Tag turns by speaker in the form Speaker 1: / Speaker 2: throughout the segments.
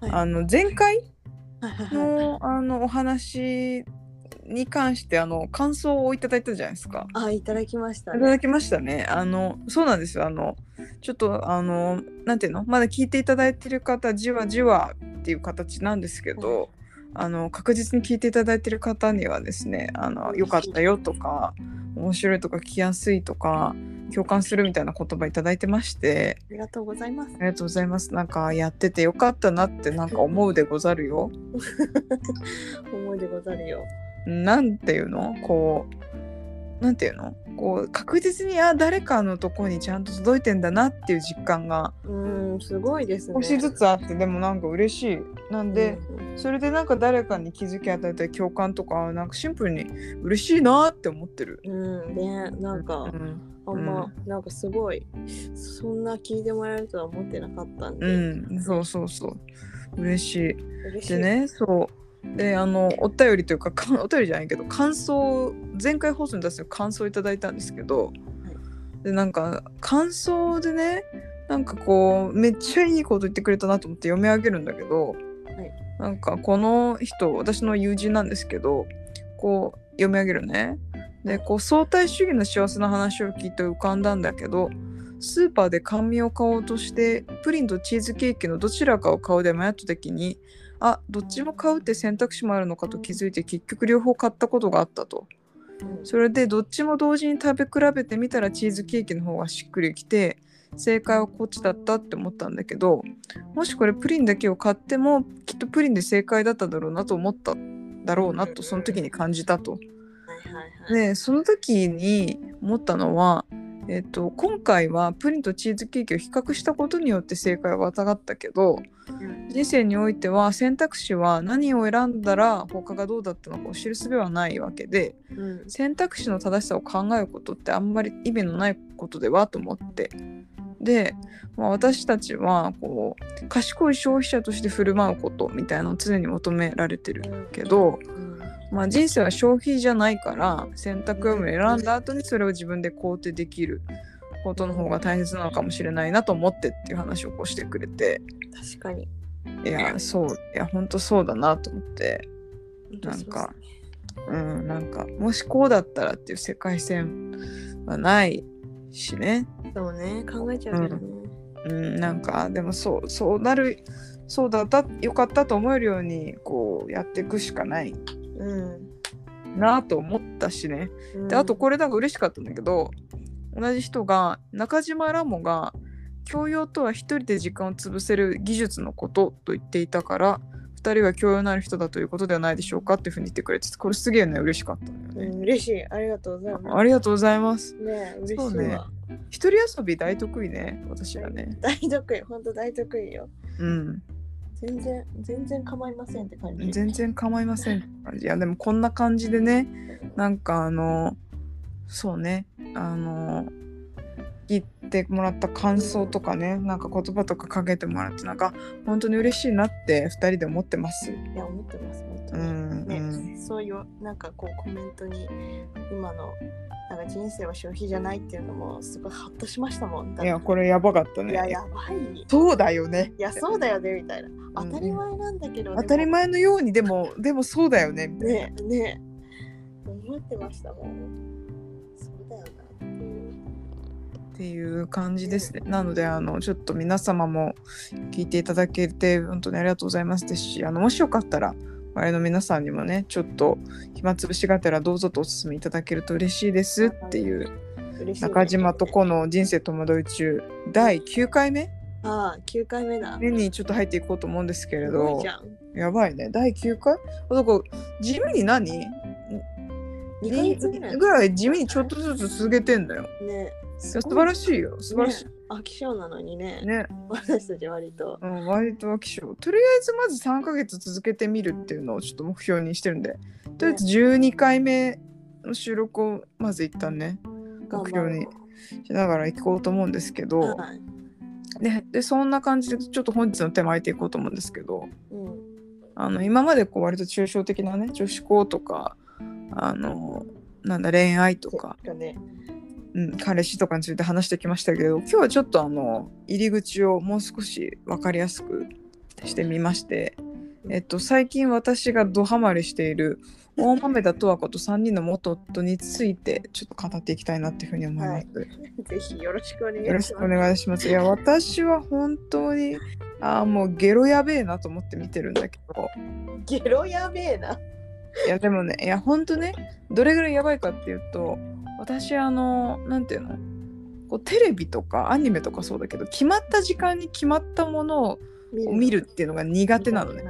Speaker 1: はい
Speaker 2: あの前回
Speaker 1: はいはいはい
Speaker 2: のあのお話に関してあの感想をいただいたじゃないですか。
Speaker 1: あいただきました
Speaker 2: いた
Speaker 1: ね。
Speaker 2: だきましたね。あのそうなんですよ。あのちょっとあのなんていうのまだ聞いていただいてる方じわじわっていう形なんですけど、あの確実に聞いていただいてる方にはですねあの良かったよとか面白いとか聞きやすいとか共感するみたいな言葉いただいてまして
Speaker 1: ありがとうございます
Speaker 2: あ。りがとうございます。なんかやっててよかったなってなんか思うでござるよ。
Speaker 1: 思いでござるよ。
Speaker 2: なんていうのこうなんていうのこう確実にあ誰かのとこにちゃんと届いてんだなっていう実感が
Speaker 1: うーん、すごいですね。
Speaker 2: 少しずつあってでもなんか嬉しいなんで、
Speaker 1: うん
Speaker 2: それでなんか誰かに気づき与えたり共感とかなんかシンプルに嬉しいなって思ってる。
Speaker 1: うん、ね、なんか
Speaker 2: う、ん、
Speaker 1: あんま、なんかすごい、そんな聞いてもらえるとは思ってなかったんで、
Speaker 2: うん、そうそうそう嬉しい。
Speaker 1: 嬉しい。
Speaker 2: でねそうであのお便りというかかお便りじゃないけど感想前回放送に出す感想をいただいたんですけど、でなんか感想でねなんかこうめっちゃいいこと言ってくれたなと思って読み上げるんだけど、
Speaker 1: い
Speaker 2: なんかこの人私の友人なんですけどこう読み上げるね。でこう相対主義の幸せな話を聞いて浮かんだんだけどスーパーで甘味を買おうとしてプリンとチーズケーキのどちらかを買うで迷った時にあどっちも買うって選択肢もあるのかと気づいて結局両方買ったことがあったと
Speaker 1: うん
Speaker 2: それでどっちも同時に食べ比べてみたらチーズケーキの方がしっくりきて正解はこっちだったって思ったんだけどもしこれプリンだけを買ってもきっとプリンで正解だっただろうなと思っただろうなとその時に感じたと。
Speaker 1: はいはいはい。
Speaker 2: でその時に思ったのは、えっと今回はプリンとチーズケーキを比較したことによって正解は分かったけど、
Speaker 1: ん
Speaker 2: 人生においては選択肢は何を選んだら他がどうだったのかを知る術はないわけで
Speaker 1: うん、
Speaker 2: 選択肢の正しさを考えることってあんまり意味のないことではと思ってで、まあ、私たちはこう賢い消費者として振る舞うことみたいなのを常に求められてるけど。
Speaker 1: うん
Speaker 2: まあ、人生は消費じゃないから選択を選んだ後にそれを自分で肯定できることの方が大切なのかもしれないなと思ってっていう話をこうしてくれて
Speaker 1: 確かに。
Speaker 2: いやそういや本当そうだなと思ってなんかうんなんかもしこうだったらっていう世界線はないしね
Speaker 1: そうね、考えちゃうけどね。
Speaker 2: うんなんかでもそうそうなるそうだったよかったと思えるようにこうやっていくしかない
Speaker 1: うん。
Speaker 2: なと思ったしね
Speaker 1: うん
Speaker 2: であと、これなんか嬉しかったんだけど同じ人が中島ラモが教養とは一人で時間を潰せる技術のことと言っていたから二人は教養のある人だということではないでしょうかっていうふうに言ってくれててこれすげえね嬉しかったん
Speaker 1: う
Speaker 2: だよね。
Speaker 1: ん、嬉しい。ありがとうございま
Speaker 2: ありがとうございます。
Speaker 1: す。ね、嬉しい
Speaker 2: そうね
Speaker 1: わ。
Speaker 2: 一人遊び大得意ね私らね。
Speaker 1: 大得意、本当大得意よ。
Speaker 2: うん
Speaker 1: 全然、全然構いませんって感じ。
Speaker 2: 全然構いませんって感じ。いやでもこんな感じでねなんかあのそうねあの言ってもらった感想とかねなんか言葉とかかけてもらってなんか本当に嬉しいなって2人で思ってます。
Speaker 1: いや、思ってます、本当
Speaker 2: う
Speaker 1: に。
Speaker 2: んう
Speaker 1: ね、
Speaker 2: ん
Speaker 1: そういうなんかこうコメントに今のなんか人生は消費じゃないっていうのもすごいハッとしましたもん。だっ
Speaker 2: い
Speaker 1: て
Speaker 2: やこれやばかった
Speaker 1: い
Speaker 2: ね。
Speaker 1: ややばい。い
Speaker 2: そうだよね
Speaker 1: やそうだよねみたいな。当たり前なんだけど、
Speaker 2: 当たり前のようにでもでもそうだよねみたいな。
Speaker 1: ねね思ってましたもん。そうだよなっていう。
Speaker 2: っていう感じですね。なのであのちょっと皆様も聞いていただけて本当にありがとうございますですしあのもしよかったら我々の皆さんにもねちょっと暇つぶしがてらどうぞとお勧めいただけると嬉しいですっていう
Speaker 1: 嬉しいね、
Speaker 2: 中島とこの人生戸惑い中第9回目
Speaker 1: ああ9回目だ。
Speaker 2: 目にちょっと入っていこうと思うんですけれ
Speaker 1: すごい
Speaker 2: ど
Speaker 1: じゃん。
Speaker 2: やばいね第9回あだから地味に何
Speaker 1: 2ヶ月ぐらい
Speaker 2: ぐらい地味にちょっとずつ続けてんだよ。
Speaker 1: ね。
Speaker 2: いや素晴らしいよ素晴らし
Speaker 1: ね飽き性なのにね
Speaker 2: いね
Speaker 1: 私たち割と。
Speaker 2: うん、割と飽き性とりあえずまず3ヶ月続けてみるっていうのをちょっと目標にしてるんでとりあえず12回目の収録をまず一旦ね
Speaker 1: 頑
Speaker 2: 目
Speaker 1: 張ろ
Speaker 2: 標
Speaker 1: う
Speaker 2: にしながら行こうと思うんですけど、
Speaker 1: はい。
Speaker 2: ででそんな感じでちょっと本日のテーマ開いていこうと思うんですけど
Speaker 1: うん。
Speaker 2: あの今までこう割と抽象的なね女子校とかあのなんだ恋愛とか、
Speaker 1: そうだね。
Speaker 2: うん、彼氏とかについて話してきましたけど今日はちょっとあの入り口をもう少し分かりやすくしてみまして、えっと、最近私がドハマりしている大豆田十和子と3人の元夫についてちょっと語っていきたいなっていうふうに思います。
Speaker 1: ぜひよろしくお願い
Speaker 2: よろし
Speaker 1: し
Speaker 2: く
Speaker 1: ま
Speaker 2: お
Speaker 1: す。
Speaker 2: 願いします。いや私は本当にあーもうゲロやべえなと思って見てるんだけど
Speaker 1: ゲロやべえな。
Speaker 2: いやでもねいや本当ねどれぐらいやばいかっていうと私あのなんていうのこうテレビとかアニメとかそうだけど決まった時間に決まったものを
Speaker 1: 見
Speaker 2: 見るっていうのが苦手なのね。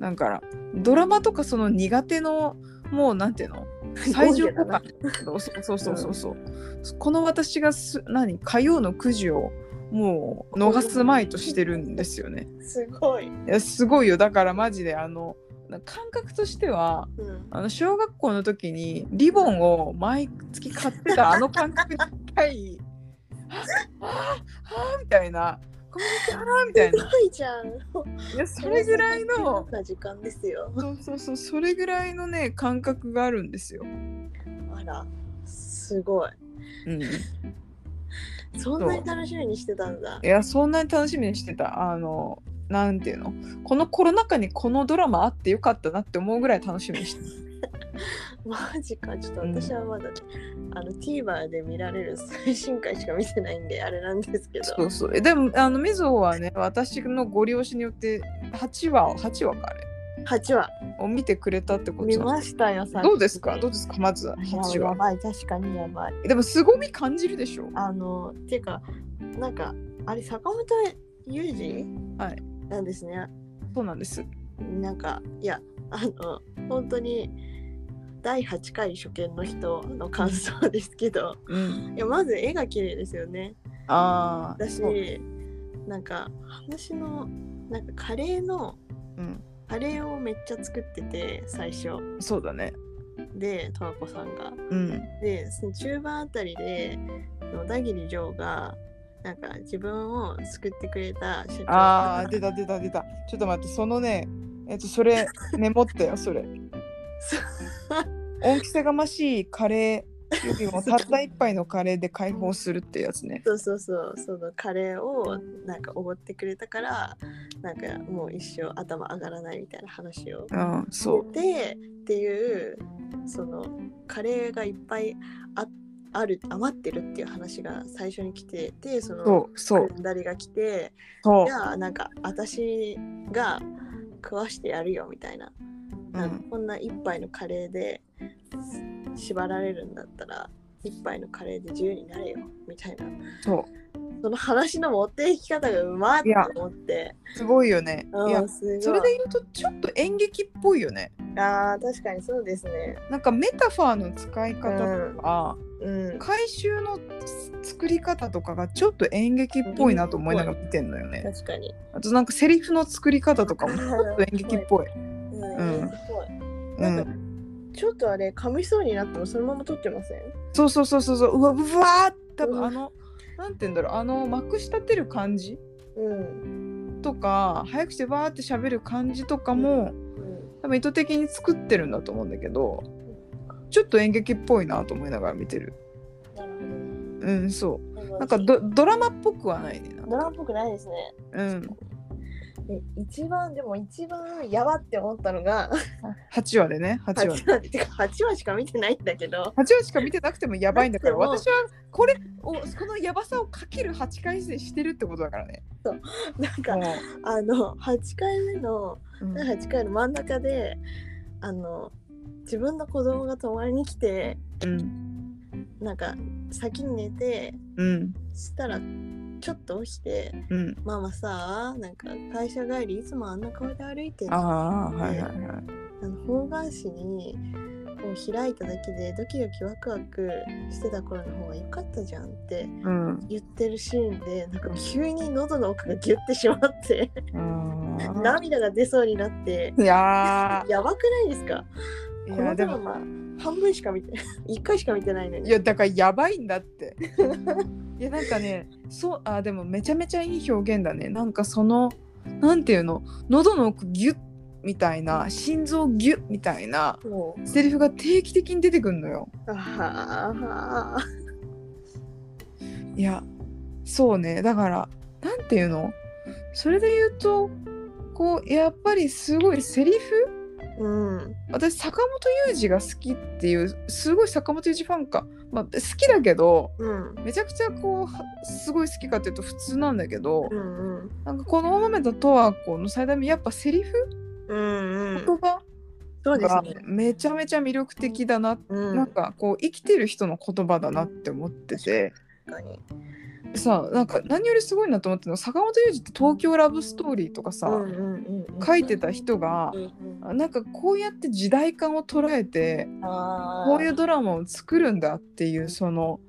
Speaker 2: だからドラマとかその苦手のもうなんていうの最上
Speaker 1: だ
Speaker 2: 階
Speaker 1: な
Speaker 2: そうそうそうそうそう、この私がす何火曜の9時をもう逃すまいとしてるんですよね。
Speaker 1: すごい。
Speaker 2: いやすごいよだからマジであの感覚としては
Speaker 1: うん。
Speaker 2: あの小学校の時にリボンを毎月買ってたあの感覚に近い「はあはあはあ」みたいな「こんにちは」みたい
Speaker 1: す
Speaker 2: な
Speaker 1: ごいじゃん。
Speaker 2: いやそれぐらいの。
Speaker 1: な時間ですよ。
Speaker 2: そうそうそうそれぐらいのね感覚があるんですよ。
Speaker 1: あら、すごい。
Speaker 2: うん、い
Speaker 1: そんなに楽しみにしてたんだ。
Speaker 2: やそんなに楽しみにしてたあのなんていうのこのコロナ禍にこのドラマあってよかったなって思うぐらい楽しみにしてた。
Speaker 1: マジか。ちょっと私はまだ、あの TVer で見られる最新回しか見てないんで、あれなんですけど。
Speaker 2: そうそうえでもあのみずほはね私のご利用しによって8話を8話かあれ
Speaker 1: 8話
Speaker 2: を見てくれたってこと
Speaker 1: 見
Speaker 2: なの
Speaker 1: ましたよ、さっき
Speaker 2: どうですかどうですかまず8
Speaker 1: や
Speaker 2: 話。
Speaker 1: ばい、確かにやばい。
Speaker 2: でも凄み感じるでしょ
Speaker 1: あの、ていうか、なんか、あれ、坂本雄二
Speaker 2: はい
Speaker 1: なんですね。
Speaker 2: そうなんです。
Speaker 1: なんか、いや、あの、本当に、第8回初見の人の感想ですけど、
Speaker 2: うん、
Speaker 1: いや、まず絵が綺麗ですよね。
Speaker 2: ああ
Speaker 1: だし、なんか、話の、なんか、カレーの、
Speaker 2: うん、
Speaker 1: カレーをめっちゃ作ってて、最初。
Speaker 2: そうだね。
Speaker 1: で、十和子さんが。
Speaker 2: うん
Speaker 1: でその中盤あたりであの小田切城がなんか自分を救ってくれた社長
Speaker 2: あー
Speaker 1: が
Speaker 2: 出た出た出たちょっと待ってそのねえっとそ れメモったよそれ
Speaker 1: そう
Speaker 2: 恩着せがましいカレーよりもたった一杯のカレーで解放するってやつね
Speaker 1: そうそうそうそのカレーをなんかおごってくれたからなんかもう一生頭上がらないみたいな話を
Speaker 2: うんそう
Speaker 1: しててっていうそのカレーがいっぱいあある余ってるっていう話が最初に来ててその
Speaker 2: そうそう
Speaker 1: くんだりが来て
Speaker 2: そう
Speaker 1: じゃあなんか私が食わしてやるよみたいななんかこんな一杯のカレーで縛られるんだったら一杯のカレーで自由になれよみたいな
Speaker 2: そう
Speaker 1: その話の持っていき方がうまっ
Speaker 2: い
Speaker 1: て
Speaker 2: や
Speaker 1: 思って
Speaker 2: すごいよね
Speaker 1: うん
Speaker 2: いや
Speaker 1: すごい
Speaker 2: それで言うとちょっと演劇っぽいよね
Speaker 1: あー確かにそうですね
Speaker 2: なんかメタファーの使い方とか、
Speaker 1: うん
Speaker 2: 回収の作り方とかがちょっと演劇っぽいなと思いながら見てんのよね
Speaker 1: 確かに
Speaker 2: あとなんかセリフの作り方とかもちょ っと演劇っぽい、
Speaker 1: うん、
Speaker 2: うん
Speaker 1: すごい
Speaker 2: うん、
Speaker 1: ちょっとあれ噛みそうになってもそのまま撮ってません
Speaker 2: そうそうそうそうそううわうわー多
Speaker 1: うん
Speaker 2: 分あの、なんて言うんだろうあのまくし立てる感じ
Speaker 1: うん、
Speaker 2: とか早口でわーって喋る感じとか
Speaker 1: う
Speaker 2: も
Speaker 1: ん、
Speaker 2: 多分意図的に作ってるんだと思うんだけどちょっと演劇っぽいなと思いながら見てる
Speaker 1: なる
Speaker 2: うんそう
Speaker 1: ほど
Speaker 2: なんかドドラマっぽくはないねなん
Speaker 1: ド
Speaker 2: か
Speaker 1: ラマっぽくないですね
Speaker 2: うん
Speaker 1: え一番でも一番やばって思ったのが
Speaker 2: 8話でね8
Speaker 1: 8
Speaker 2: 話
Speaker 1: 話てか8話しか見てないんだけど
Speaker 2: 8話しか見てなくてもやばいんだから
Speaker 1: だっ
Speaker 2: 私はこれをこのやばさをかける8回戦してるってことだからね
Speaker 1: なんか
Speaker 2: も
Speaker 1: あの8回目の
Speaker 2: う、うん
Speaker 1: 8回の真ん中であの自分の子供が泊まりに来て
Speaker 2: うん
Speaker 1: なんか先に寝て
Speaker 2: うん
Speaker 1: したらちょっと起きて
Speaker 2: うん
Speaker 1: 「ママさなんか会社帰りいつもあんな顔で歩いてる
Speaker 2: あ
Speaker 1: あ
Speaker 2: あはいはいはい
Speaker 1: の方眼紙にこう開いただけでドキドキワクワクしてた頃の方が良かったじゃん」って
Speaker 2: うん
Speaker 1: 言ってるシーンでなんか急に喉の奥がギュッてしまって
Speaker 2: うん
Speaker 1: 涙が出そうになって。
Speaker 2: いや
Speaker 1: やばくないですかこ
Speaker 2: ーいや
Speaker 1: のド
Speaker 2: で
Speaker 1: ラ
Speaker 2: も
Speaker 1: マ半分しか見て一回しか見てないのに
Speaker 2: いやだからやばいんだって いやなんかねそうあでもめちゃめちゃいい表現だねなんかそのなんていうの喉の奥ギュッみたいな心臓ギュッみたいな
Speaker 1: もう
Speaker 2: セリフが定期的に出てくるのよ
Speaker 1: あはあ
Speaker 2: いやそうねだからなんていうのそれで言うとこうやっぱりすごいセリフ
Speaker 1: うん
Speaker 2: 私坂本雄二が好きっていうすごい坂本雄二ファンか、まあ、好きだけど
Speaker 1: うん
Speaker 2: めちゃくちゃこうはすごい好きかっていうと普通なんだけど
Speaker 1: うんうん
Speaker 2: なんかこの大豆田とはこの最大やっぱセリフ
Speaker 1: うんう
Speaker 2: 言
Speaker 1: ん
Speaker 2: 葉
Speaker 1: そうです
Speaker 2: が
Speaker 1: ね
Speaker 2: めちゃめちゃ魅力的だな、
Speaker 1: うん
Speaker 2: なんかこう生きてる人の言葉だなって思ってて
Speaker 1: 確かに
Speaker 2: さなんか何よりすごいなと思ったのは坂本龍二って「東京ラブストーリー」とかさ、
Speaker 1: うんうんうんうん
Speaker 2: 書いてた人が
Speaker 1: う、んうん
Speaker 2: なんかこうやって時代感を捉えて
Speaker 1: あー
Speaker 2: こういうドラマを作るんだっていうその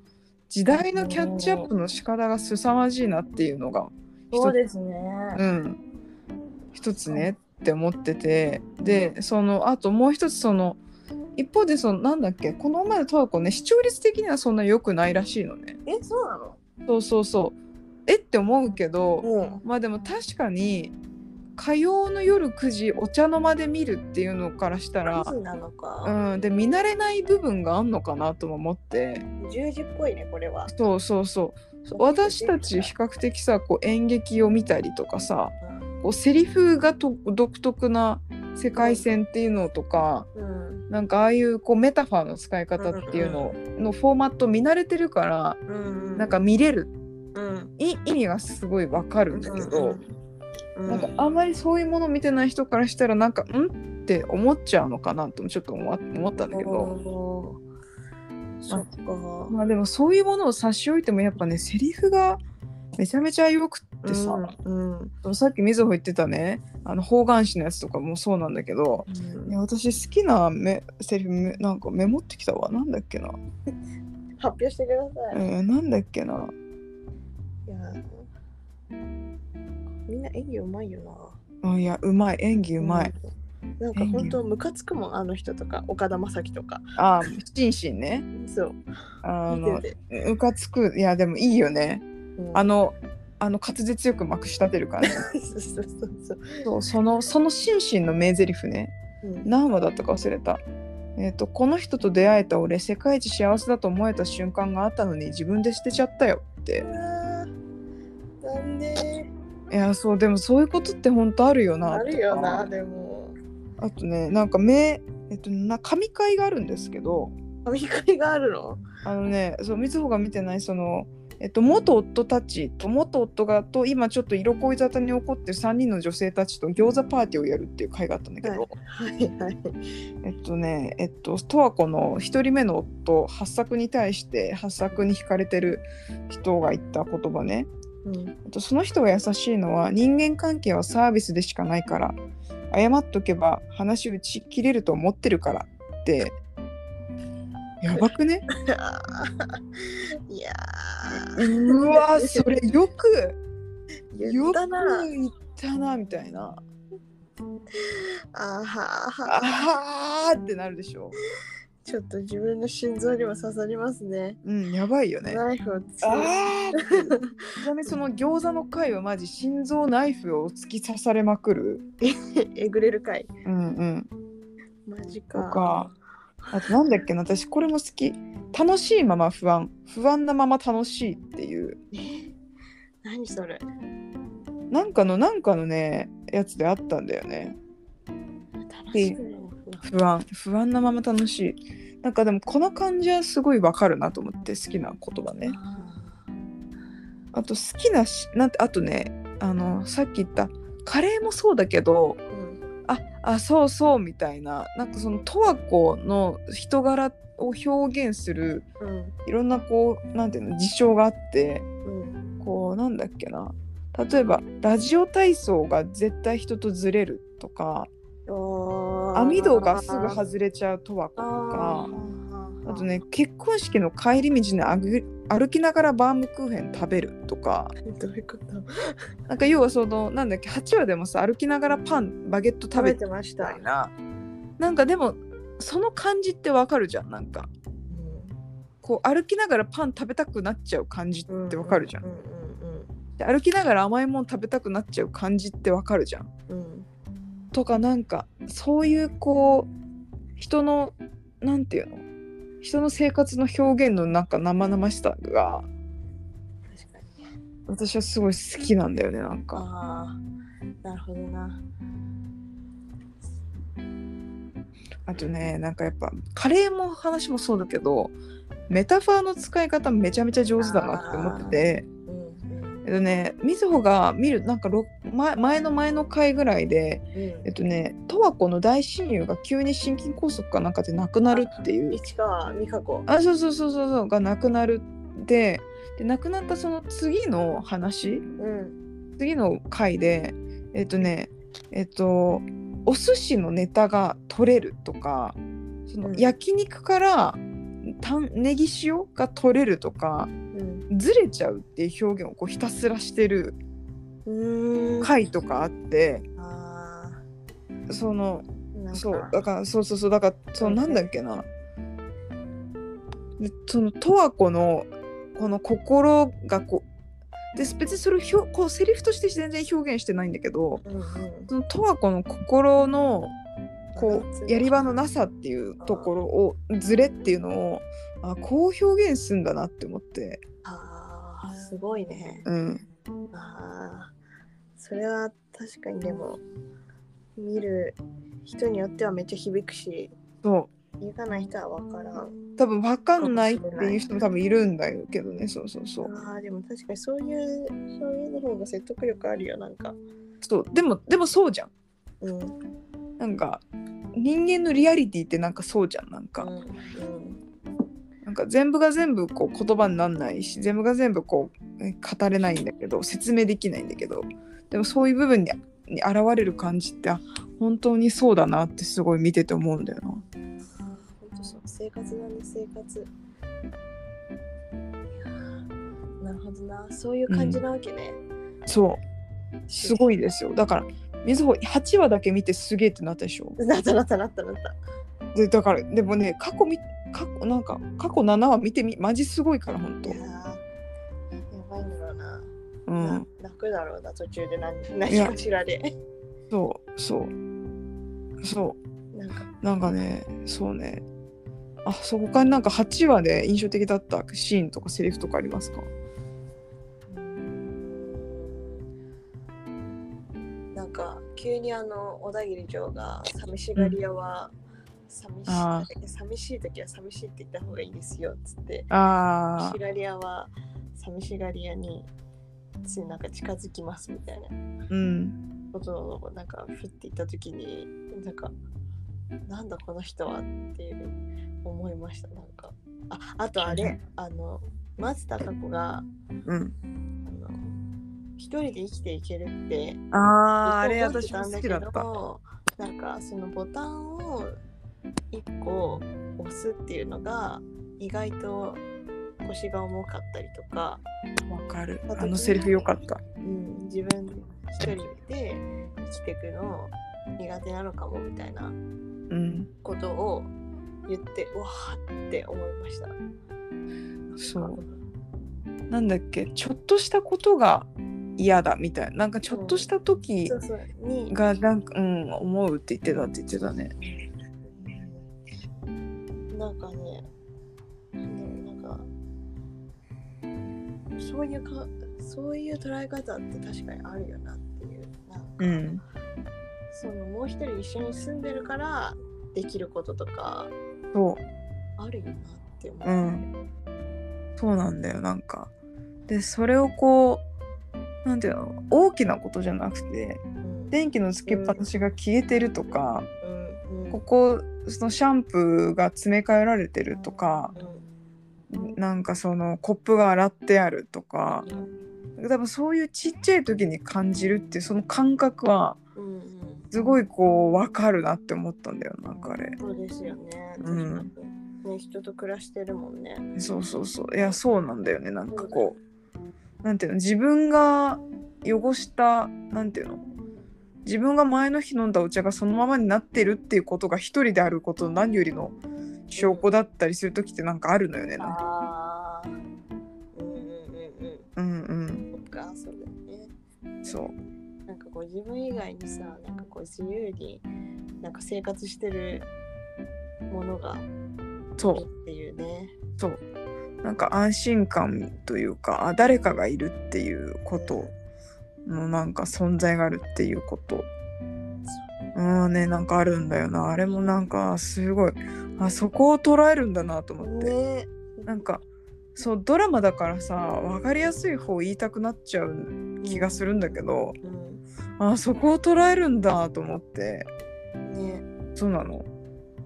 Speaker 2: 時代のキャッチアップの仕方が凄まじいなっていうのが
Speaker 1: そうですね
Speaker 2: うん、一つねって思っててでそのあともう一つその一方でそのなんだっけこの前の十和子ね視聴率的にはそんな良くないらしいのね
Speaker 1: えそうなの
Speaker 2: そうそうそうえって思うけど
Speaker 1: うん
Speaker 2: まあでも確かに火曜の夜9時お茶の間で見るっていうのからしたら
Speaker 1: 9時なのか
Speaker 2: うんで見慣れない部分があんのかなとも思って
Speaker 1: 10時っぽいねこれは
Speaker 2: そうそうそう私たち比較的さこう演劇を見たりとかさ、こうセリフがと独特な世界線っていうのとか、
Speaker 1: うん
Speaker 2: なんかああいうこうメタファーの使い方っていうののフォーマット見慣れてるから、
Speaker 1: うん
Speaker 2: なんか見れる
Speaker 1: うん
Speaker 2: い意味がすごいわかるんだけど、
Speaker 1: うん
Speaker 2: なんかあんまりそういうもの見てない人からしたらなんかんって思っちゃうのかなともちょっと思わ思ったんだけど、
Speaker 1: おーそっか
Speaker 2: まあでもそういうものを差し置いてもやっぱねセリフがめちゃめちゃよくってさ、
Speaker 1: うんうん
Speaker 2: さっきみずほ言ってたねあの方眼紙のやつとかもそうなんだけど、いや私好きなめセリフめなんかメモってきたわなんだっけな、
Speaker 1: 発表してくだ
Speaker 2: う
Speaker 1: さい。
Speaker 2: ん、なんだっけない
Speaker 1: やみんな演技うまいよ
Speaker 2: あいやうまい演技
Speaker 1: な。
Speaker 2: うまい、。
Speaker 1: なんか本当ムカつくもんあの人とか岡田将生とか。
Speaker 2: あ心身ね
Speaker 1: そう。
Speaker 2: あ
Speaker 1: 見
Speaker 2: の
Speaker 1: てて。
Speaker 2: うかつくいやでもいいよね
Speaker 1: うん
Speaker 2: あのあの滑舌よくまくし立てる感じ
Speaker 1: そうそうそう。
Speaker 2: そうそのその心身の名台詞ね
Speaker 1: うん
Speaker 2: 何話だったか忘れたえっ、とこの人と出会えた俺世界一幸せだと思えた瞬間があったのに自分で捨てちゃったよって
Speaker 1: あー残念。
Speaker 2: いやそうでもそういうことって本当あるよな
Speaker 1: あ
Speaker 2: とか
Speaker 1: るよなでも。
Speaker 2: あとねなんか目えっとな神会があるんですけど
Speaker 1: 神会があるの？
Speaker 2: あのねそうみずほが見てないそのえっと元夫たちと元夫がと今ちょっと色恋沙汰に起こってる3人の女性たちと餃子パーティーをやるっていう会があったんだけど、
Speaker 1: はいはい。
Speaker 2: えっとねえっと十和子の1人目の夫八作に対して八作に惹かれてる人が言った言葉ね
Speaker 1: うん
Speaker 2: えっとその人が優しいのは人間関係はサービスでしかないから謝っとけば話打ち切れると思ってるからってやばくね
Speaker 1: あーいやー。
Speaker 2: うわそれよく
Speaker 1: 言
Speaker 2: よ
Speaker 1: っ
Speaker 2: く
Speaker 1: たな。
Speaker 2: 言ったなみたいな
Speaker 1: あーはーはー。
Speaker 2: あーってなるでしょ
Speaker 1: ちょっと自分の心臓にも刺さりますね。
Speaker 2: うんやばいよね
Speaker 1: ナイフを突き
Speaker 2: あー ってちなみにその餃子の回はマジ心臓ナイフを突き刺されまくる
Speaker 1: えぐれるかい。
Speaker 2: うんうん
Speaker 1: マジか。
Speaker 2: とかあとなんだっけな私これも好き楽しいまま不安不安なまま楽しいっていう
Speaker 1: 何それ。
Speaker 2: なんかのなんかのねやつであったんだよね
Speaker 1: 楽しいの。
Speaker 2: 不安不安なまま楽しいなんかでもこの感じはすごいわかるなと思って好きな言葉ね
Speaker 1: あ
Speaker 2: あと好きなしなんてあとねあのさっき言ったカレーもそうだけど
Speaker 1: ーうん
Speaker 2: ああそうそうみたいななんかその十和子の人柄を表現する
Speaker 1: うん
Speaker 2: いろんなこうなんていうの事象があって
Speaker 1: うん
Speaker 2: こうなんだっけな例えばラジオ体操が絶対人とずれるとか
Speaker 1: おー
Speaker 2: 網戸がすぐ外れちゃうとはとかあと。ね結婚式の帰り道にあぐ歩きながらバームクーヘン食べるとか
Speaker 1: ーどういうこと
Speaker 2: なんか要はそのなんだっけ8話でもさ歩きながらパンバゲット食
Speaker 1: 食
Speaker 2: べ
Speaker 1: べ
Speaker 2: て
Speaker 1: てまし
Speaker 2: み
Speaker 1: た
Speaker 2: た。いななんかでもその感じってわかるじゃんなんかこう歩きながらパン食べたくなっちゃう感じ
Speaker 1: うん
Speaker 2: ってわかるじゃん
Speaker 1: う。ん
Speaker 2: で歩きながら甘いもん食べたくなっちゃう感じってわかるじゃん。
Speaker 1: うんうん
Speaker 2: とかなんかそういうこう人のなんていうの人の生活の表現のなんか生々しさが
Speaker 1: 確か
Speaker 2: 私はすごい好きなんだよねなんか
Speaker 1: ああなるほどな
Speaker 2: あとねなんかやっぱカレーも話もそうだけどメタファーの使い方めちゃめちゃ上手だなって思ってて
Speaker 1: うんうん
Speaker 2: えっとねみずほが見るなんかろ前前の前の回ぐらいで
Speaker 1: うん
Speaker 2: えっとね十和子の大親友が急に心筋梗塞かなんかで亡くなるっていう
Speaker 1: 市川美香子
Speaker 2: あそうそうそうそうそうが亡くなるでで亡くなったその次の話
Speaker 1: うん
Speaker 2: 次の回でえっとねえっとお寿司のネタが取れるとかその
Speaker 1: うん
Speaker 2: 焼肉からたんネギ塩が取れるとか
Speaker 1: うん
Speaker 2: ずれちゃうっていう表現をこうひたすらしてる
Speaker 1: うーん
Speaker 2: 回とかあって
Speaker 1: あ
Speaker 2: その
Speaker 1: ーなんか
Speaker 2: そうだからそうそうそうだからそう
Speaker 1: うん
Speaker 2: なんだっけなでその十和子のこの心がこうで別にそれをひょこうセリフとして全然表現してないんだけど
Speaker 1: うんうん
Speaker 2: その十和子の心のこ
Speaker 1: なんか
Speaker 2: うやり場のなさっていうところをずれっていうのをあこう表現するんだなって思って、
Speaker 1: あーすごいね
Speaker 2: うん、
Speaker 1: あーそれは確かにでも見る人によってはめっちゃ響くし
Speaker 2: そ
Speaker 1: 響かない人は分からん
Speaker 2: う多分分かんないっていう人も多分いるんだけどねそうそうそう
Speaker 1: あーでも確かにそういうそういうの方が説得力あるよなんか
Speaker 2: そうでもでもそうじゃん
Speaker 1: うん
Speaker 2: なんか人間のリアリティってなんかそうじゃんなんか、
Speaker 1: うん
Speaker 2: なんか全部が全部こう言葉にならないし全部が全部こうえ語れないんだけど説明できないんだけどでもそういう部分にに現れる感じってあ本当にそうだなってすごい見てて思うんだよな。
Speaker 1: あーほんとそう生活だね生活いやーなるほどなそういう感じなわけね、
Speaker 2: そうすごいですよだから水穂8話だけ見てすげえってなったでしょ
Speaker 1: なったなったなったなった
Speaker 2: でだからでもね過去み過去なんか過去7話見てみマジすごいから本当
Speaker 1: いやーやばいんだろうな、
Speaker 2: う、
Speaker 1: なん泣くだろうな途中で何何かしらで
Speaker 2: そうそうそう
Speaker 1: なんか
Speaker 2: なんかね、そうね。あ、そこからなんか8話で印象的だったシーンとかセリフとかありますか
Speaker 1: なんか急にあの小田切城が寂しがり屋は寂し
Speaker 2: あ
Speaker 1: い寂しい時は寂しいって言った方がいいですよっつって寂
Speaker 2: あ
Speaker 1: しがり屋は寂しがり屋についなんか近づきますみたいな
Speaker 2: あ、うん。
Speaker 1: ことをなんかふって言った時になんかなんだこの人はっていう思いましたなんかああとあれあの松たか子が
Speaker 2: うん。
Speaker 1: あの一人で生きていけるって
Speaker 2: ああ、あ
Speaker 1: ず
Speaker 2: れ
Speaker 1: っと思って
Speaker 2: 私
Speaker 1: た
Speaker 2: も
Speaker 1: ん
Speaker 2: 好
Speaker 1: だ
Speaker 2: き
Speaker 1: け
Speaker 2: だった。
Speaker 1: どなんかそのボタンを1個押すっていうのが意外と腰が重かったりとか、
Speaker 2: わかる。あのセリフよかった。
Speaker 1: うん、自分一人で生きていくの苦手なのかもみたいな
Speaker 2: うん。
Speaker 1: ことを言ってうわーって思いました。
Speaker 2: そう。なんだっけ、ちょっとしたことが嫌だみたいな。なんかちょっとした時
Speaker 1: そうそうに
Speaker 2: がなんか、うん、思うって言ってたって言ってたね。
Speaker 1: なんかね、なんだろうなんか、そういうか、そういう捉え方って確かにあるよなっていう。なんか、
Speaker 2: うん。
Speaker 1: そのもう一人一緒に住んでるからできることとか
Speaker 2: そう。
Speaker 1: あるよなって思
Speaker 2: う
Speaker 1: う。
Speaker 2: ん、そうなんだよなんかでそれをこうなんていうの大きなことじゃなくて
Speaker 1: うん、
Speaker 2: 電気のつけっぱなしが消えてるとか、
Speaker 1: うん、うん、
Speaker 2: ここそのシャンプーが詰め替えられてるとかなんかそのコップが洗ってあるとか多分そういうちっちゃい時に感じるっていうその感覚は
Speaker 1: うん、うん、
Speaker 2: すごいこう分かるなって思ったんだよなんかあれ
Speaker 1: そうですよね。
Speaker 2: うん
Speaker 1: 確かに。ね、人と暮らしてるもんね。
Speaker 2: そうそうそういやそうなんだよねなんかこうなんていうの自分が汚したなんていうの自分が前の日飲んだお茶がそのままになってるっていうことが一人であることの何よりの証拠だったりする時ってなんかあるのよねなんか
Speaker 1: ああ。うん、うん、うん、うん。
Speaker 2: うん
Speaker 1: そっか、そうだよね。
Speaker 2: うんそう
Speaker 1: なんかこう自分以外にさなんかこう自由になんか生活してるものがい
Speaker 2: そ
Speaker 1: る
Speaker 2: う
Speaker 1: っていうね
Speaker 2: そうなんか安心感というかあ誰かがいるっていうことのなんか存在があるっていうことうんねなんかあるんだよなあれもなんかすごいあそこを捉えるんだなと思って
Speaker 1: ね
Speaker 2: なんかそうドラマだからさ分かりやすい方言いたくなっちゃう気がするんだけど
Speaker 1: うん
Speaker 2: あそこを捉えるんだと思って
Speaker 1: ね
Speaker 2: そうなの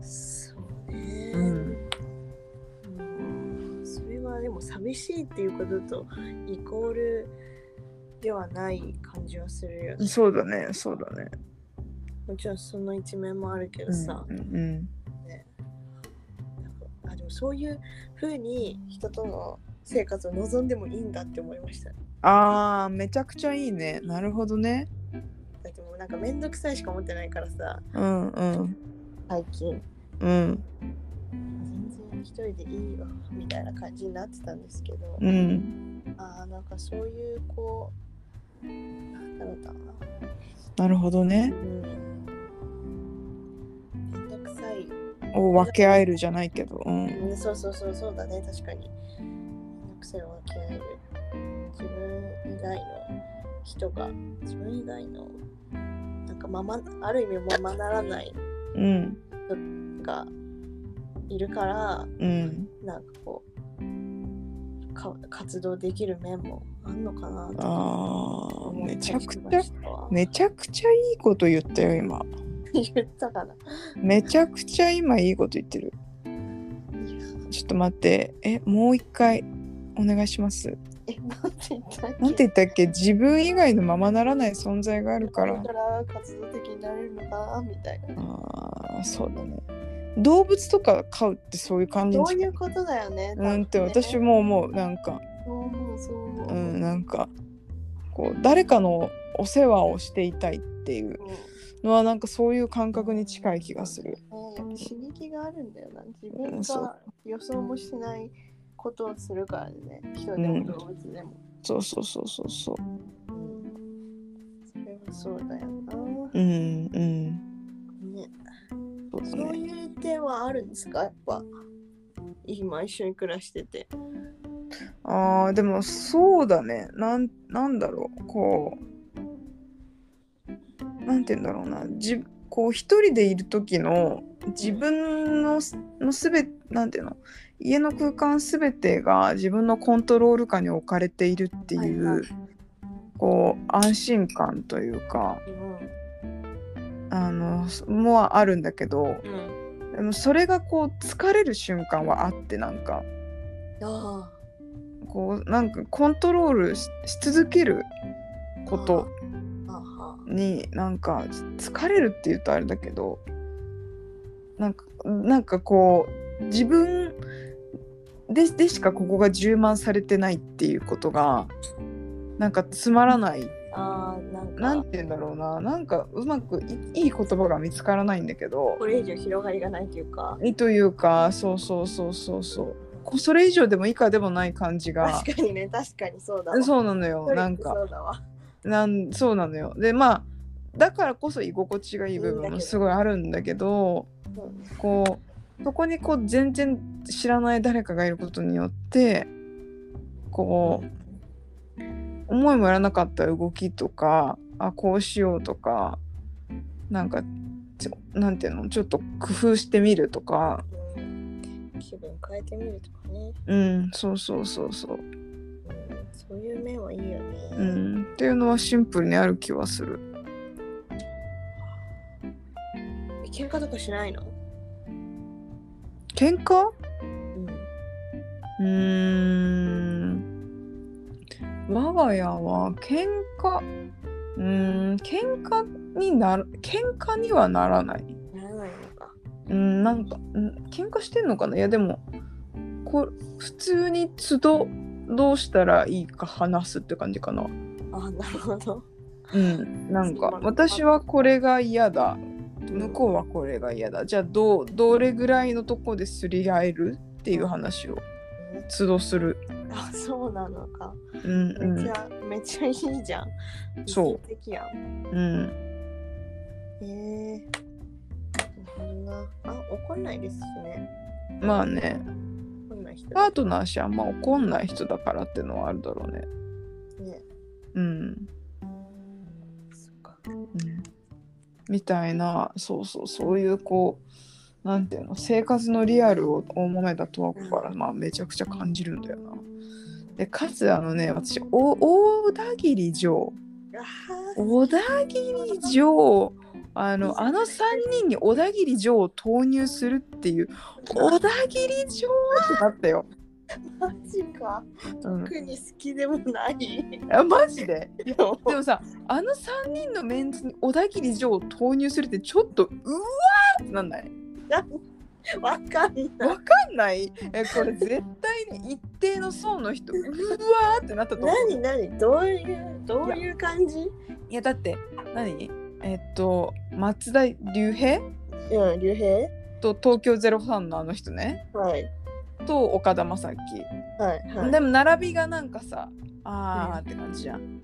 Speaker 1: そうね、
Speaker 2: うん
Speaker 1: うんそれはでも寂しいっていうこととイコールではない感じはするよね
Speaker 2: そうだねそうだね
Speaker 1: もちろんその一面もあるけどさ、
Speaker 2: うんうん
Speaker 1: なんかあでもそういう風に人との生活を望んでもいいんだって思いましただ
Speaker 2: あーめちゃくちゃいいねなるほどね
Speaker 1: ってもうなんか面倒くさいしか思ってないからさ
Speaker 2: うんうん
Speaker 1: 最近
Speaker 2: うん
Speaker 1: 全然一人でいいわみたいな感じになってたんですけど、
Speaker 2: うん
Speaker 1: あーなんかそういうこうなんだろうな
Speaker 2: なるほどね
Speaker 1: うんめんどくさい、
Speaker 2: を分け合えるじゃないけどうん
Speaker 1: うん、そうそうそうそうだね確かにめんどくさいを分け合える自分以外の人が自分以外のなんかままある意味ままならない
Speaker 2: うん
Speaker 1: 人がいるから
Speaker 2: うん
Speaker 1: なんかこうか活動できる面もあんのかなとか
Speaker 2: あー
Speaker 1: 思った
Speaker 2: め
Speaker 1: り
Speaker 2: ちゃく
Speaker 1: し
Speaker 2: ち
Speaker 1: ま
Speaker 2: ゃ
Speaker 1: したわ
Speaker 2: めちゃくちゃいいこと言ったよ今
Speaker 1: 言ったかな
Speaker 2: めちゃくちゃ今いいこと言ってるちょっと待ってえもう一回お願いします
Speaker 1: えなんて言ったっけ
Speaker 2: なんて言ったっけ自分以外のままならない存在があるか
Speaker 1: だ
Speaker 2: ら
Speaker 1: から活動的になれるのかなみたいな。
Speaker 2: あーそうだね動物とか飼うってそういう感じ
Speaker 1: そ
Speaker 2: に
Speaker 1: うい
Speaker 2: 近い
Speaker 1: うことだよね。
Speaker 2: うんって
Speaker 1: 多分ね
Speaker 2: 私も思うなんか
Speaker 1: そう思うそう思う。
Speaker 2: う
Speaker 1: うん
Speaker 2: んなんかこう誰かのお世話をしていたいっていうのはなんかそういう感覚に近い気がする
Speaker 1: ねやっぱ刺激があるんだよな。自
Speaker 2: う
Speaker 1: 分
Speaker 2: んそう
Speaker 1: が予想もしないことをするからね。人でも動物でも。
Speaker 2: そうそうそうそうそう
Speaker 1: うんそれはそうだよな。
Speaker 2: うんうん
Speaker 1: ね、
Speaker 2: そうだ
Speaker 1: そう
Speaker 2: ね
Speaker 1: いう点はあるんですかやっぱ。今一緒に暮らしてて。
Speaker 2: あーでもそうだねなんなんだろうこうなんて言うんだろうなじこう一人でいる時の自分のすのすべなんていうの家の空間すべてが自分のコントロール下に置かれているっていう、
Speaker 1: はいはい
Speaker 2: こう安心感というか
Speaker 1: うん。
Speaker 2: あのもうあるんだけど
Speaker 1: うん。
Speaker 2: でもそれがこう疲れる瞬間はあってなんか
Speaker 1: ああ。
Speaker 2: こうなんかコントロールしし続けること
Speaker 1: あは
Speaker 2: になんか疲れるって言うとあれだけどなんかなんかこう自分ででしかここが充満されてないっていうことがなんかつまらない
Speaker 1: ああ、なんか。
Speaker 2: なんて言うんだろうななんかうまくいいい言葉が見つからないんだけど
Speaker 1: これ以上広がりがないというか。
Speaker 2: いいというかそうそうそうそうそうこそれ以上でも以下でもない感じが
Speaker 1: 確かにね、確かにそうだわ。
Speaker 2: そうなのよ
Speaker 1: 一人って
Speaker 2: なんか
Speaker 1: そうだわ。
Speaker 2: なんそうなのよでまあだからこそ居心地がいい部
Speaker 1: いいんだ
Speaker 2: 分
Speaker 1: け
Speaker 2: も
Speaker 1: ど
Speaker 2: すごいあるんだけど
Speaker 1: そうね
Speaker 2: こうそこにこう全然知らない誰かがいることによってこう思いもよらなかった動きとかあこうしようとかなんかちょなんていうのちょっと工夫してみるとか
Speaker 1: うん気分変えてみるとかね。
Speaker 2: うんそうそうそうそう、
Speaker 1: うんそういう面はいいよね。
Speaker 2: うん、っていうのはシンプルにある気はする。
Speaker 1: 喧嘩とかしないの
Speaker 2: 喧嘩
Speaker 1: うん。
Speaker 2: うーん我が家は喧嘩うーん喧嘩になる喧嘩にはならない
Speaker 1: ならないのか。
Speaker 2: うんなんかうん喧嘩してんのかないやでもこ普通に都度どうしたらいいか話すって感じかな
Speaker 1: あなるほど。
Speaker 2: うんなん
Speaker 1: そ
Speaker 2: か
Speaker 1: う
Speaker 2: 私はこれが嫌だ向こうはこれが嫌だじゃあどうどれぐらいのとこですり合えるっていう話を
Speaker 1: うん
Speaker 2: 都度する
Speaker 1: あそうなのか。
Speaker 2: うんう
Speaker 1: めち
Speaker 2: ん
Speaker 1: ゃ、めちゃいいじゃん。
Speaker 2: そ
Speaker 1: 理想
Speaker 2: う
Speaker 1: 的やん。
Speaker 2: うん
Speaker 1: えー。なるほどな。あ怒んないですしね。
Speaker 2: まあね、
Speaker 1: 怒んなな人
Speaker 2: パートナーしあんま怒んない人だからってのはあるだろうね。
Speaker 1: ね
Speaker 2: うん。
Speaker 1: そっか
Speaker 2: うんみたいなそうそうそういうこうなんていうの生活のリアルを大揉めた十和子から、まあ、めちゃくちゃ感じるんだよな。でかつあのね私お小田切城
Speaker 1: あー
Speaker 2: 小田切城あのあの3人に小田切城を投入するっていう小田切城ってなったよ。
Speaker 1: マジか
Speaker 2: うん、
Speaker 1: 特に好きでもない
Speaker 2: あマジで
Speaker 1: よ
Speaker 2: でもさあの3人のメンツに小田切城を投入するってちょっとうわーってなんない
Speaker 1: わかんない
Speaker 2: わかんないえこれ絶対に一定の層の人うわーってなったと思う
Speaker 1: 何何どういうどういう感じ
Speaker 2: いやだって何えっと松田龍平
Speaker 1: うん竜兵
Speaker 2: と東京03のあの人ね
Speaker 1: はい
Speaker 2: と岡田将生、
Speaker 1: はいはい
Speaker 2: でも並びがなんかさあーって感じじゃん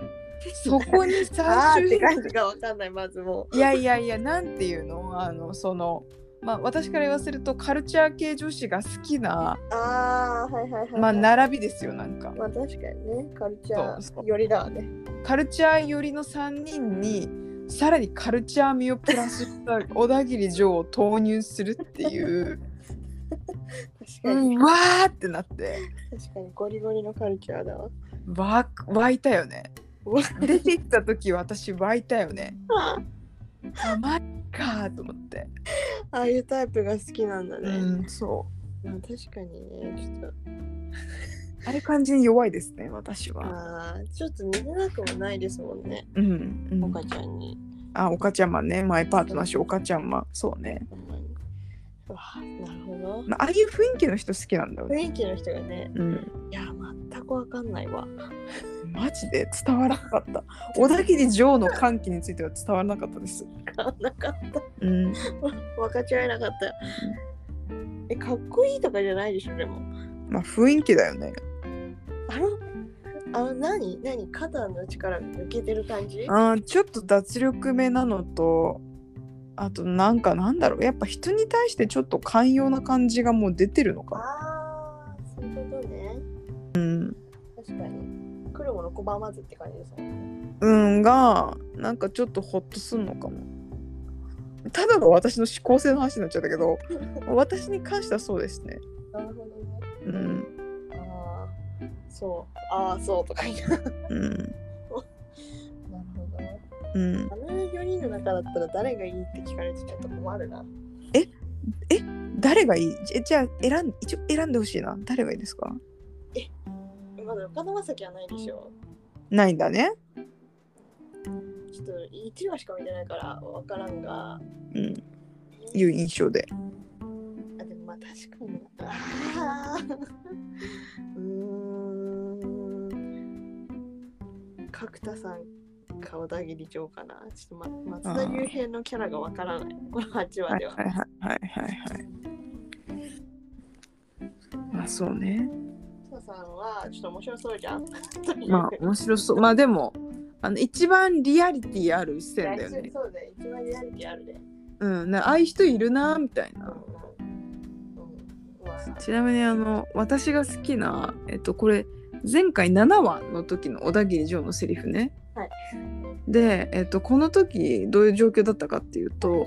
Speaker 2: そこに
Speaker 1: あー
Speaker 2: 最
Speaker 1: って
Speaker 2: 終
Speaker 1: 感じがわかんないまずも
Speaker 2: いやいやいやなんていうのあのそのまあ私から言わせるとカルチャー系女子が好きな
Speaker 1: うああはいはいはいはい
Speaker 2: まあ並びですよなんか
Speaker 1: まあ確かにねカルチャ
Speaker 2: そうそ
Speaker 1: ー
Speaker 2: う
Speaker 1: よりだわね
Speaker 2: カルチャー寄りの3人にさらにカルチャー味をプラスした小田切城を投入するって いう、
Speaker 1: 確かに、
Speaker 2: うわーってなって
Speaker 1: 確かにゴリゴリのカルチャーだわ
Speaker 2: わ湧いたよね
Speaker 1: わ
Speaker 2: 出てった時私湧いたよね
Speaker 1: あ
Speaker 2: あマジかーと思って、
Speaker 1: あいうタイプが好きなんだね、
Speaker 2: うん、そう
Speaker 1: まあ確かにねちょっと
Speaker 2: あれ感じに弱いですね私は
Speaker 1: あーちょっと似てなくもないですもんね
Speaker 2: うん、う
Speaker 1: お
Speaker 2: ん
Speaker 1: か、ちゃんに、
Speaker 2: あおかちゃんまんねマイパートナーしおかちゃんまんそうね
Speaker 1: うん、うわなるほど
Speaker 2: まあああいう雰囲気の人好きなんだよね
Speaker 1: 雰囲気の人がね
Speaker 2: うん
Speaker 1: いや全くわかんないわ
Speaker 2: マジで伝わらなかった。小田切城の歓喜については伝わらなかったです。
Speaker 1: なかった
Speaker 2: うん。
Speaker 1: 分かち合えなかったよえかっこいいとかじゃないでしょでも
Speaker 2: まあ雰囲気だよね。
Speaker 1: あのあの何何肩の力が抜けてる感じ
Speaker 2: あーちょっと脱力めなのと、あとなんかなんだろう。やっぱ人に対してちょっと寛容な感じがもう出てるのか
Speaker 1: あーそういうことね
Speaker 2: な。うん。
Speaker 1: 確かに来るもの拒まずって感じですもんね
Speaker 2: うんが、なんかちょっとホッとすんのかも。ただの私の思考性の話になっちゃったけど、私に関してはそうですね。
Speaker 1: なるほどね
Speaker 2: うん。
Speaker 1: ああそうああそうとか言いな
Speaker 2: うん。
Speaker 1: なるほどね
Speaker 2: うん。
Speaker 1: あの4人の中だったら誰がいいって聞かれてちょっと困るな
Speaker 2: 誰がいいえじゃあ選ん、一応選んでほしいな。誰がいいですか
Speaker 1: まだ岡田将生はないでしょ
Speaker 2: ないんだね。
Speaker 1: ちょっと1話しか見てないから分からんが
Speaker 2: うん、いう印象で。
Speaker 1: あでもまあ確かにああうー ん角田さんか小田切城かなちょっと、ま、松田龍平のキャラが分からないこの8話
Speaker 2: はい
Speaker 1: では、
Speaker 2: はいはいはいはいはい。まあそうね。
Speaker 1: 角田さんはちょっと面白そうじゃん
Speaker 2: まあ面白そう。まあでもあの一番リアリティある
Speaker 1: い
Speaker 2: 線
Speaker 1: や
Speaker 2: だよ
Speaker 1: そう
Speaker 2: ね。
Speaker 1: そうだよ一番リアリティあるで、ね、
Speaker 2: うん、なああいう人いるなみたい
Speaker 1: うんう
Speaker 2: な。
Speaker 1: んうんまあ
Speaker 2: ちなみにあの私が好きなえっとこれ前回7話の時の小田切城のセリフね。
Speaker 1: はい
Speaker 2: で、えっと、この時どういう状況だったかっていうと、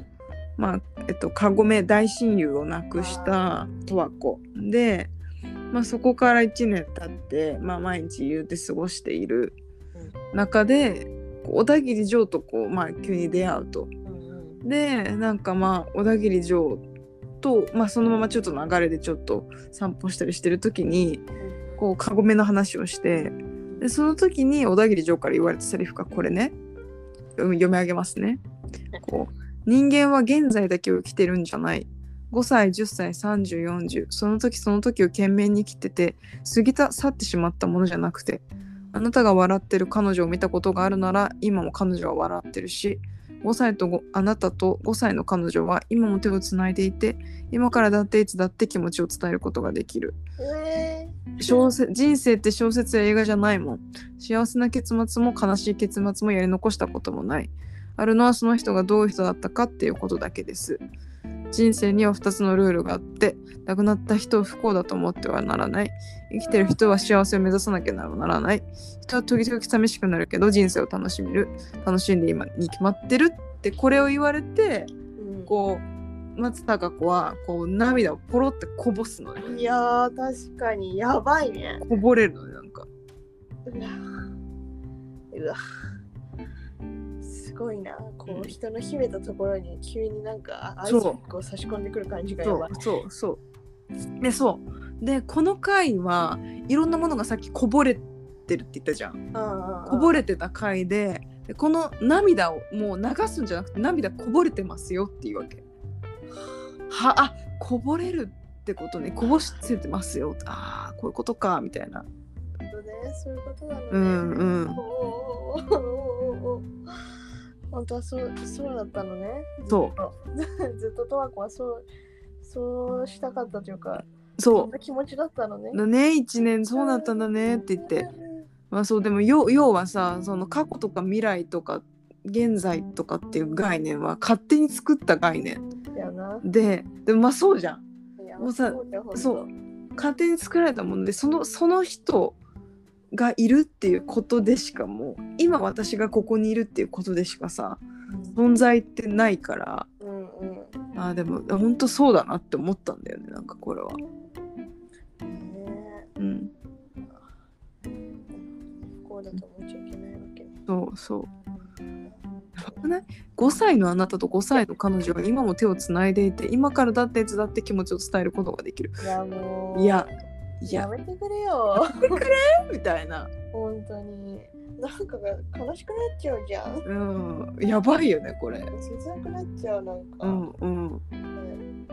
Speaker 2: まあえっと、カゴメ大親友を亡くした十和子で、まあ、そこから1年経って、まあ、毎日言うて過ごしている中でこう小田切城とこう、まあ、急に出会うと。
Speaker 1: うんうん
Speaker 2: でなんかまあ小田切城と、まあ、そのままちょっと流れでちょっと散歩したりしてる時にこうカゴメの話をしてでその時に小田切城から言われたセリフがこれね読み読み上げますね。こう人間は現在だけを生きてるんじゃない5歳10歳3040その時その時を懸命に生きてて過ぎた去ってしまったものじゃなくてあなたが笑ってる彼女を見たことがあるなら今も彼女は笑ってるし5歳とごあなたと5歳の彼女は今も手をつないでいて今からだっていつだって気持ちを伝えることができる
Speaker 1: え
Speaker 2: 小説人生って小説や映画じゃないもん幸せな結末も悲しい結末もやり残したこともないあるのはその人がどういう人だったかっていうことだけです人生には2つのルールがあって亡くなった人を不幸だと思ってはならない生きてる人は幸せを目指さなければならない人は時々寂しくなるけど人生を楽しめる楽しんで今に決まってるってこれを言われて
Speaker 1: うん
Speaker 2: こう松たか子はこう涙をポロってこぼすのね
Speaker 1: いやー確かにやばいね
Speaker 2: こぼれるのねなんか
Speaker 1: うわうわすごいなこう人の秘めたところに急になんかあアイス
Speaker 2: そ
Speaker 1: ピ
Speaker 2: う
Speaker 1: ックを差し込んでくる感じがや
Speaker 2: そ
Speaker 1: ばいう
Speaker 2: そうそうでそうでこの回はいろんなものがさっきこぼれてるって言ったじゃんこ
Speaker 1: こ
Speaker 2: ぼ
Speaker 1: れ
Speaker 2: れてた回ででこの涙をもう流すんじゃなくて涙こぼれてますよっていうわけ。はあこぼれるってことねこぼしててますよああこういうことかみたいな。
Speaker 1: ねそういうことなのね
Speaker 2: うんう
Speaker 1: お
Speaker 2: ん
Speaker 1: ーおーおーおーおー本当はそうそうだったのね
Speaker 2: そ
Speaker 1: ずずっとと わこはそうそうしたかったというか
Speaker 2: う
Speaker 1: そ
Speaker 2: そ
Speaker 1: んな気持ちだったのね
Speaker 2: うだね1年そうだったんだねって言ってまあそうでも要要はさその過去とか未来とか現在とかっていう概念は勝手に作った概念
Speaker 1: だよな
Speaker 2: ででもまあそうじゃん
Speaker 1: いや
Speaker 2: もうさ
Speaker 1: そうだよほんと
Speaker 2: そう勝手に作られたもんでそのその人がいるっていうことでしかもう今私がここにいるっていうことでしかさ存在ってないから
Speaker 1: うんうん
Speaker 2: あーでも本当そうだなって思ったんだよねなんかこれは。
Speaker 1: ね
Speaker 2: うん、
Speaker 1: 不幸だと思っちゃいけないわけね
Speaker 2: そうそう。やばくない ?5 歳のあなたと5歳の彼女は今も手をつないでいて今からだっていつだって気持ちを伝えることができる。
Speaker 1: いやもう
Speaker 2: いやい
Speaker 1: や
Speaker 2: や
Speaker 1: めてくれよ
Speaker 2: みたいな、
Speaker 1: 本当になんかが悲しくなっちゃうじゃん
Speaker 2: うん、やばいよねこれ。
Speaker 1: 切なくなっちゃうなんか、
Speaker 2: うんうん。
Speaker 1: ね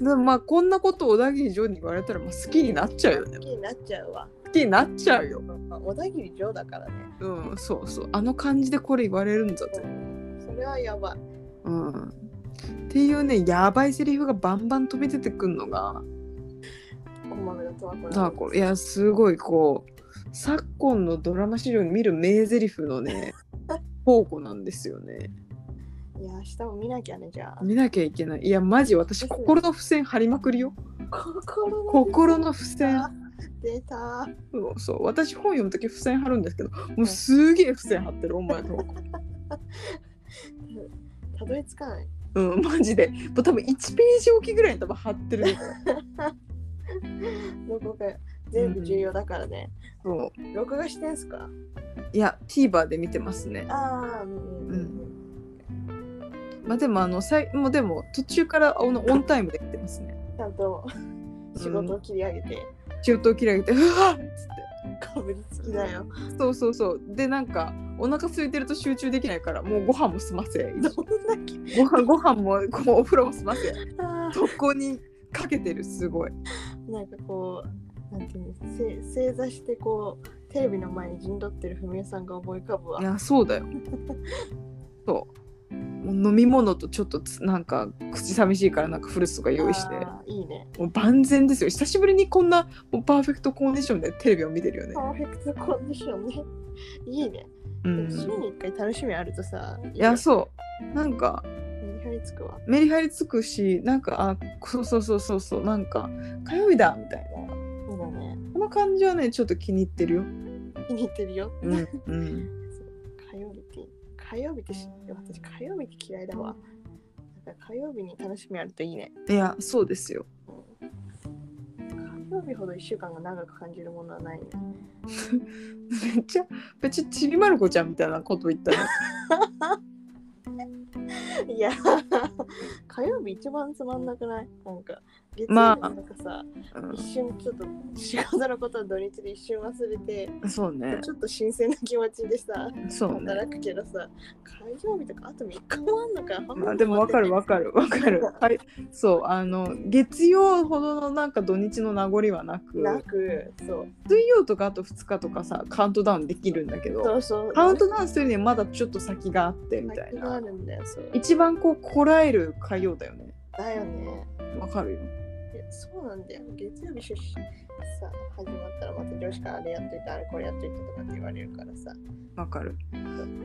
Speaker 2: でもまあこんなことを小田切ジョーに言われたらまあ好きになっちゃうよね
Speaker 1: 好きになっちゃうわ
Speaker 2: 好きになっちゃうよ
Speaker 1: まあ小田切城だからね
Speaker 2: うんそうそうあの感じでこれ言われるんだって
Speaker 1: それはやばい
Speaker 2: うんっていうねやばいセリフがバンバン飛び出てくるのが
Speaker 1: 本物のトワコなんです
Speaker 2: だからこれいやすごいこう昨今のドラマ史上に見る名台詞のね宝庫なんですよね
Speaker 1: いや明日も見なきゃねじゃあ
Speaker 2: 見なきゃいけないいやマジ私心の付箋貼りまくるよ
Speaker 1: 心の
Speaker 2: 心の付箋
Speaker 1: 出た
Speaker 2: そうそう私本読む時付箋貼るんですけどもうすげえ付箋貼ってるお前の
Speaker 1: たどり着かない
Speaker 2: うん、マジで。もう多分1ページおきぐらいに多分貼ってるんだよ。
Speaker 1: どこか全部重要だからね、
Speaker 2: そう
Speaker 1: 録画してんすか
Speaker 2: いや、TVer で見てますね。
Speaker 1: ああうんうんうん
Speaker 2: まあでも、あの、さいもうでも、途中からあのオンタイムで見てますね。
Speaker 1: ちゃんと仕事を切り上げて、
Speaker 2: 中東切り上げて、うわっつっ
Speaker 1: かぶりつきだよ
Speaker 2: て。そうそうそう。で、なんか、お腹空いてると集中できないから、もうご飯も済ませ。
Speaker 1: どんだけ
Speaker 2: ご飯ご飯もこうお風呂も済ませ。
Speaker 1: あ
Speaker 2: そこにかけてる、すごい。
Speaker 1: ーなんかこうなんていうのせ正座してこうテレビの前に陣取ってる文枝さんが思い浮かぶわ
Speaker 2: いや、そうだよ。そう。もう飲み物とちょっとつなんか口寂しいからなんかフルーツとか用意して
Speaker 1: あーいいね
Speaker 2: もう万全ですよ久しぶりにこんなもうパーフェクトコンディションでテレビを見てるよね
Speaker 1: パ、ーフェクトコンディションねいいね、で
Speaker 2: う
Speaker 1: も
Speaker 2: ん、
Speaker 1: 週
Speaker 2: い
Speaker 1: に1回楽しみあるとさい
Speaker 2: やそうなんか
Speaker 1: うメリハリつくわ
Speaker 2: メリハリつくしなんかあそうそうそうそうそうなんか火曜日だみたいな
Speaker 1: そうだね
Speaker 2: この感じはねちょっと気に入ってるよ、
Speaker 1: 気に入ってるよ、
Speaker 2: うんうん、
Speaker 1: 火曜日って火曜日ってし私火曜日って嫌いだわなんか火曜日に楽しみあるといいね
Speaker 2: いやそうですよ
Speaker 1: 火曜日ほど1週間が長く感じるものはないね
Speaker 2: めっちゃめっちゃちびまる子ちゃんみたいなこと言ったね
Speaker 1: いや火曜日一番つまんなくないなんか月曜日
Speaker 2: まあ
Speaker 1: なんかさ、
Speaker 2: うん
Speaker 1: 一瞬ちょっと仕事のことを土日で一瞬忘れて、
Speaker 2: そうね
Speaker 1: ちょっと新鮮な気持ちでさ
Speaker 2: そうね
Speaker 1: 働くけどさ火曜日とかあと3日もあんのか
Speaker 2: まあでもわかるわかるわかるはいそうあの月曜ほどのなんか土日の名残はなく
Speaker 1: なくそう
Speaker 2: 水曜とかあと2日とかさカウントダウンできるんだけ
Speaker 1: そ
Speaker 2: ど
Speaker 1: うそう
Speaker 2: カウントダウンするにはまだちょっと先があってみたい
Speaker 1: 先があ
Speaker 2: な
Speaker 1: るんだよそう
Speaker 2: 一番こうこらえる火曜だよね
Speaker 1: だよね
Speaker 2: わかるよ
Speaker 1: いやそうなんだよ。月曜日出社さ始まったらまた上司からあれやっといてあれこれやっといてとかって言われるからさ。
Speaker 2: わかる、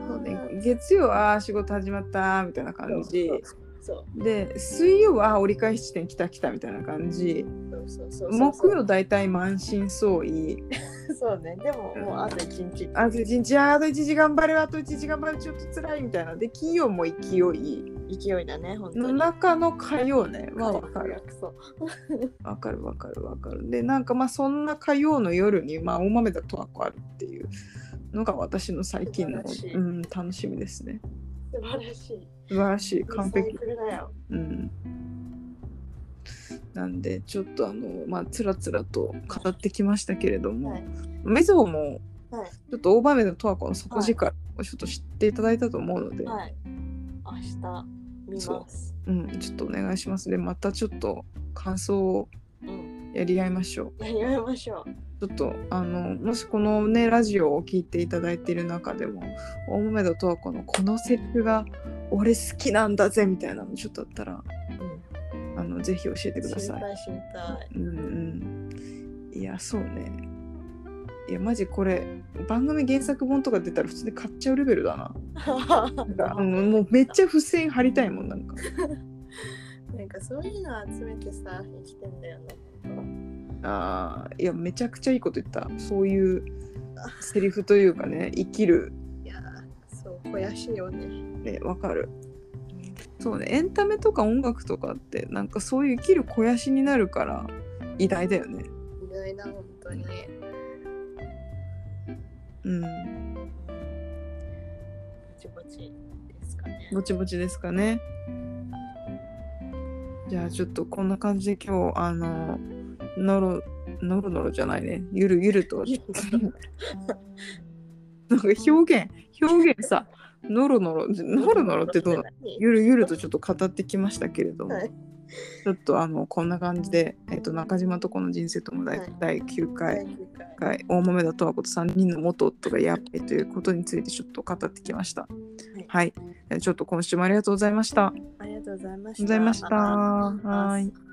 Speaker 1: そ
Speaker 2: そうね、月曜は仕事始まったみたいな感じ
Speaker 1: そうそう
Speaker 2: で水曜はあ折り返し地点来た来たみたいな感じ
Speaker 1: そうそうそうそう
Speaker 2: 木曜大体満身創痍
Speaker 1: そうねでももうあと一日
Speaker 2: あと一日あーあと一日頑張れあと一日頑張るちょっと辛いみたいなで金曜も勢い
Speaker 1: 勢いだね本当
Speaker 2: の
Speaker 1: に
Speaker 2: 中の火曜ねはわかる
Speaker 1: そう
Speaker 2: わかるわかるわかるでなんかまあそんな火曜の夜にまあ大豆だとはこあるっていうのが私の最近の
Speaker 1: 素晴らしい
Speaker 2: うん、楽しみですね
Speaker 1: 素晴らしい
Speaker 2: 素晴らしい完
Speaker 1: リサイ
Speaker 2: 璧
Speaker 1: クルだよ
Speaker 2: うんなんでちょっとあのまあつらつらと語ってきましたけれども、
Speaker 1: はい
Speaker 2: メゾも
Speaker 1: はい
Speaker 2: ちょっと大豆のとはこの底力をちょっと知っていただいたと思うので、
Speaker 1: はい明日見ます
Speaker 2: うん、ちょっとお願いしますでまたちょっと感想を
Speaker 1: うん
Speaker 2: やり合いましょう
Speaker 1: やり合いましょ
Speaker 2: ちょっとあのもしこのねラジオを聞いていただいている中でも大豆田とはこのこのセリフが俺好きなんだぜみたいなのちょっとあったら
Speaker 1: う、うん、
Speaker 2: あのぜひ教えてくだ
Speaker 1: 知り
Speaker 2: さい。
Speaker 1: たい知りたい
Speaker 2: うんうん、いやそうねいやマジこれ番組原作本とか出たら普通に買っちゃうレベルだななんか、うん、もうめっちゃ付箋貼りたいもんなんか
Speaker 1: なんかそういうの集めてさ生きてんだよね
Speaker 2: あーいやめちゃくちゃいいこと言ったそういうセリフというかね生きる
Speaker 1: いやーそう悔しいよね
Speaker 2: ねわかるそうねエンタメとか音楽とかってなんかそういう生きる肥やしになるから偉大だよね
Speaker 1: 意外な本当に
Speaker 2: うん
Speaker 1: ぼちぼちですかね
Speaker 2: ぼちぼちですかねじゃあちょっとこんな感じで今日あののろのろのろじゃないねゆるゆる と
Speaker 1: ゆるゆ
Speaker 2: なんか表現表現さのろのろのろのろってどうなの
Speaker 1: 何
Speaker 2: ゆるゆるとちょっと語ってきましたけれども、
Speaker 1: はい
Speaker 2: ちょっとあのこんな感じで、えっと中島とこの人生友達、
Speaker 1: はい
Speaker 2: 第9回、
Speaker 1: 第九回
Speaker 2: 回大豆田とわ子と3人の元夫がやっべということについてちょっと語ってきました。
Speaker 1: い
Speaker 2: はい、えちょっと今週もありがとうございました。
Speaker 1: ありがとうございました
Speaker 2: ございました。
Speaker 1: ありがとうございます
Speaker 2: はい。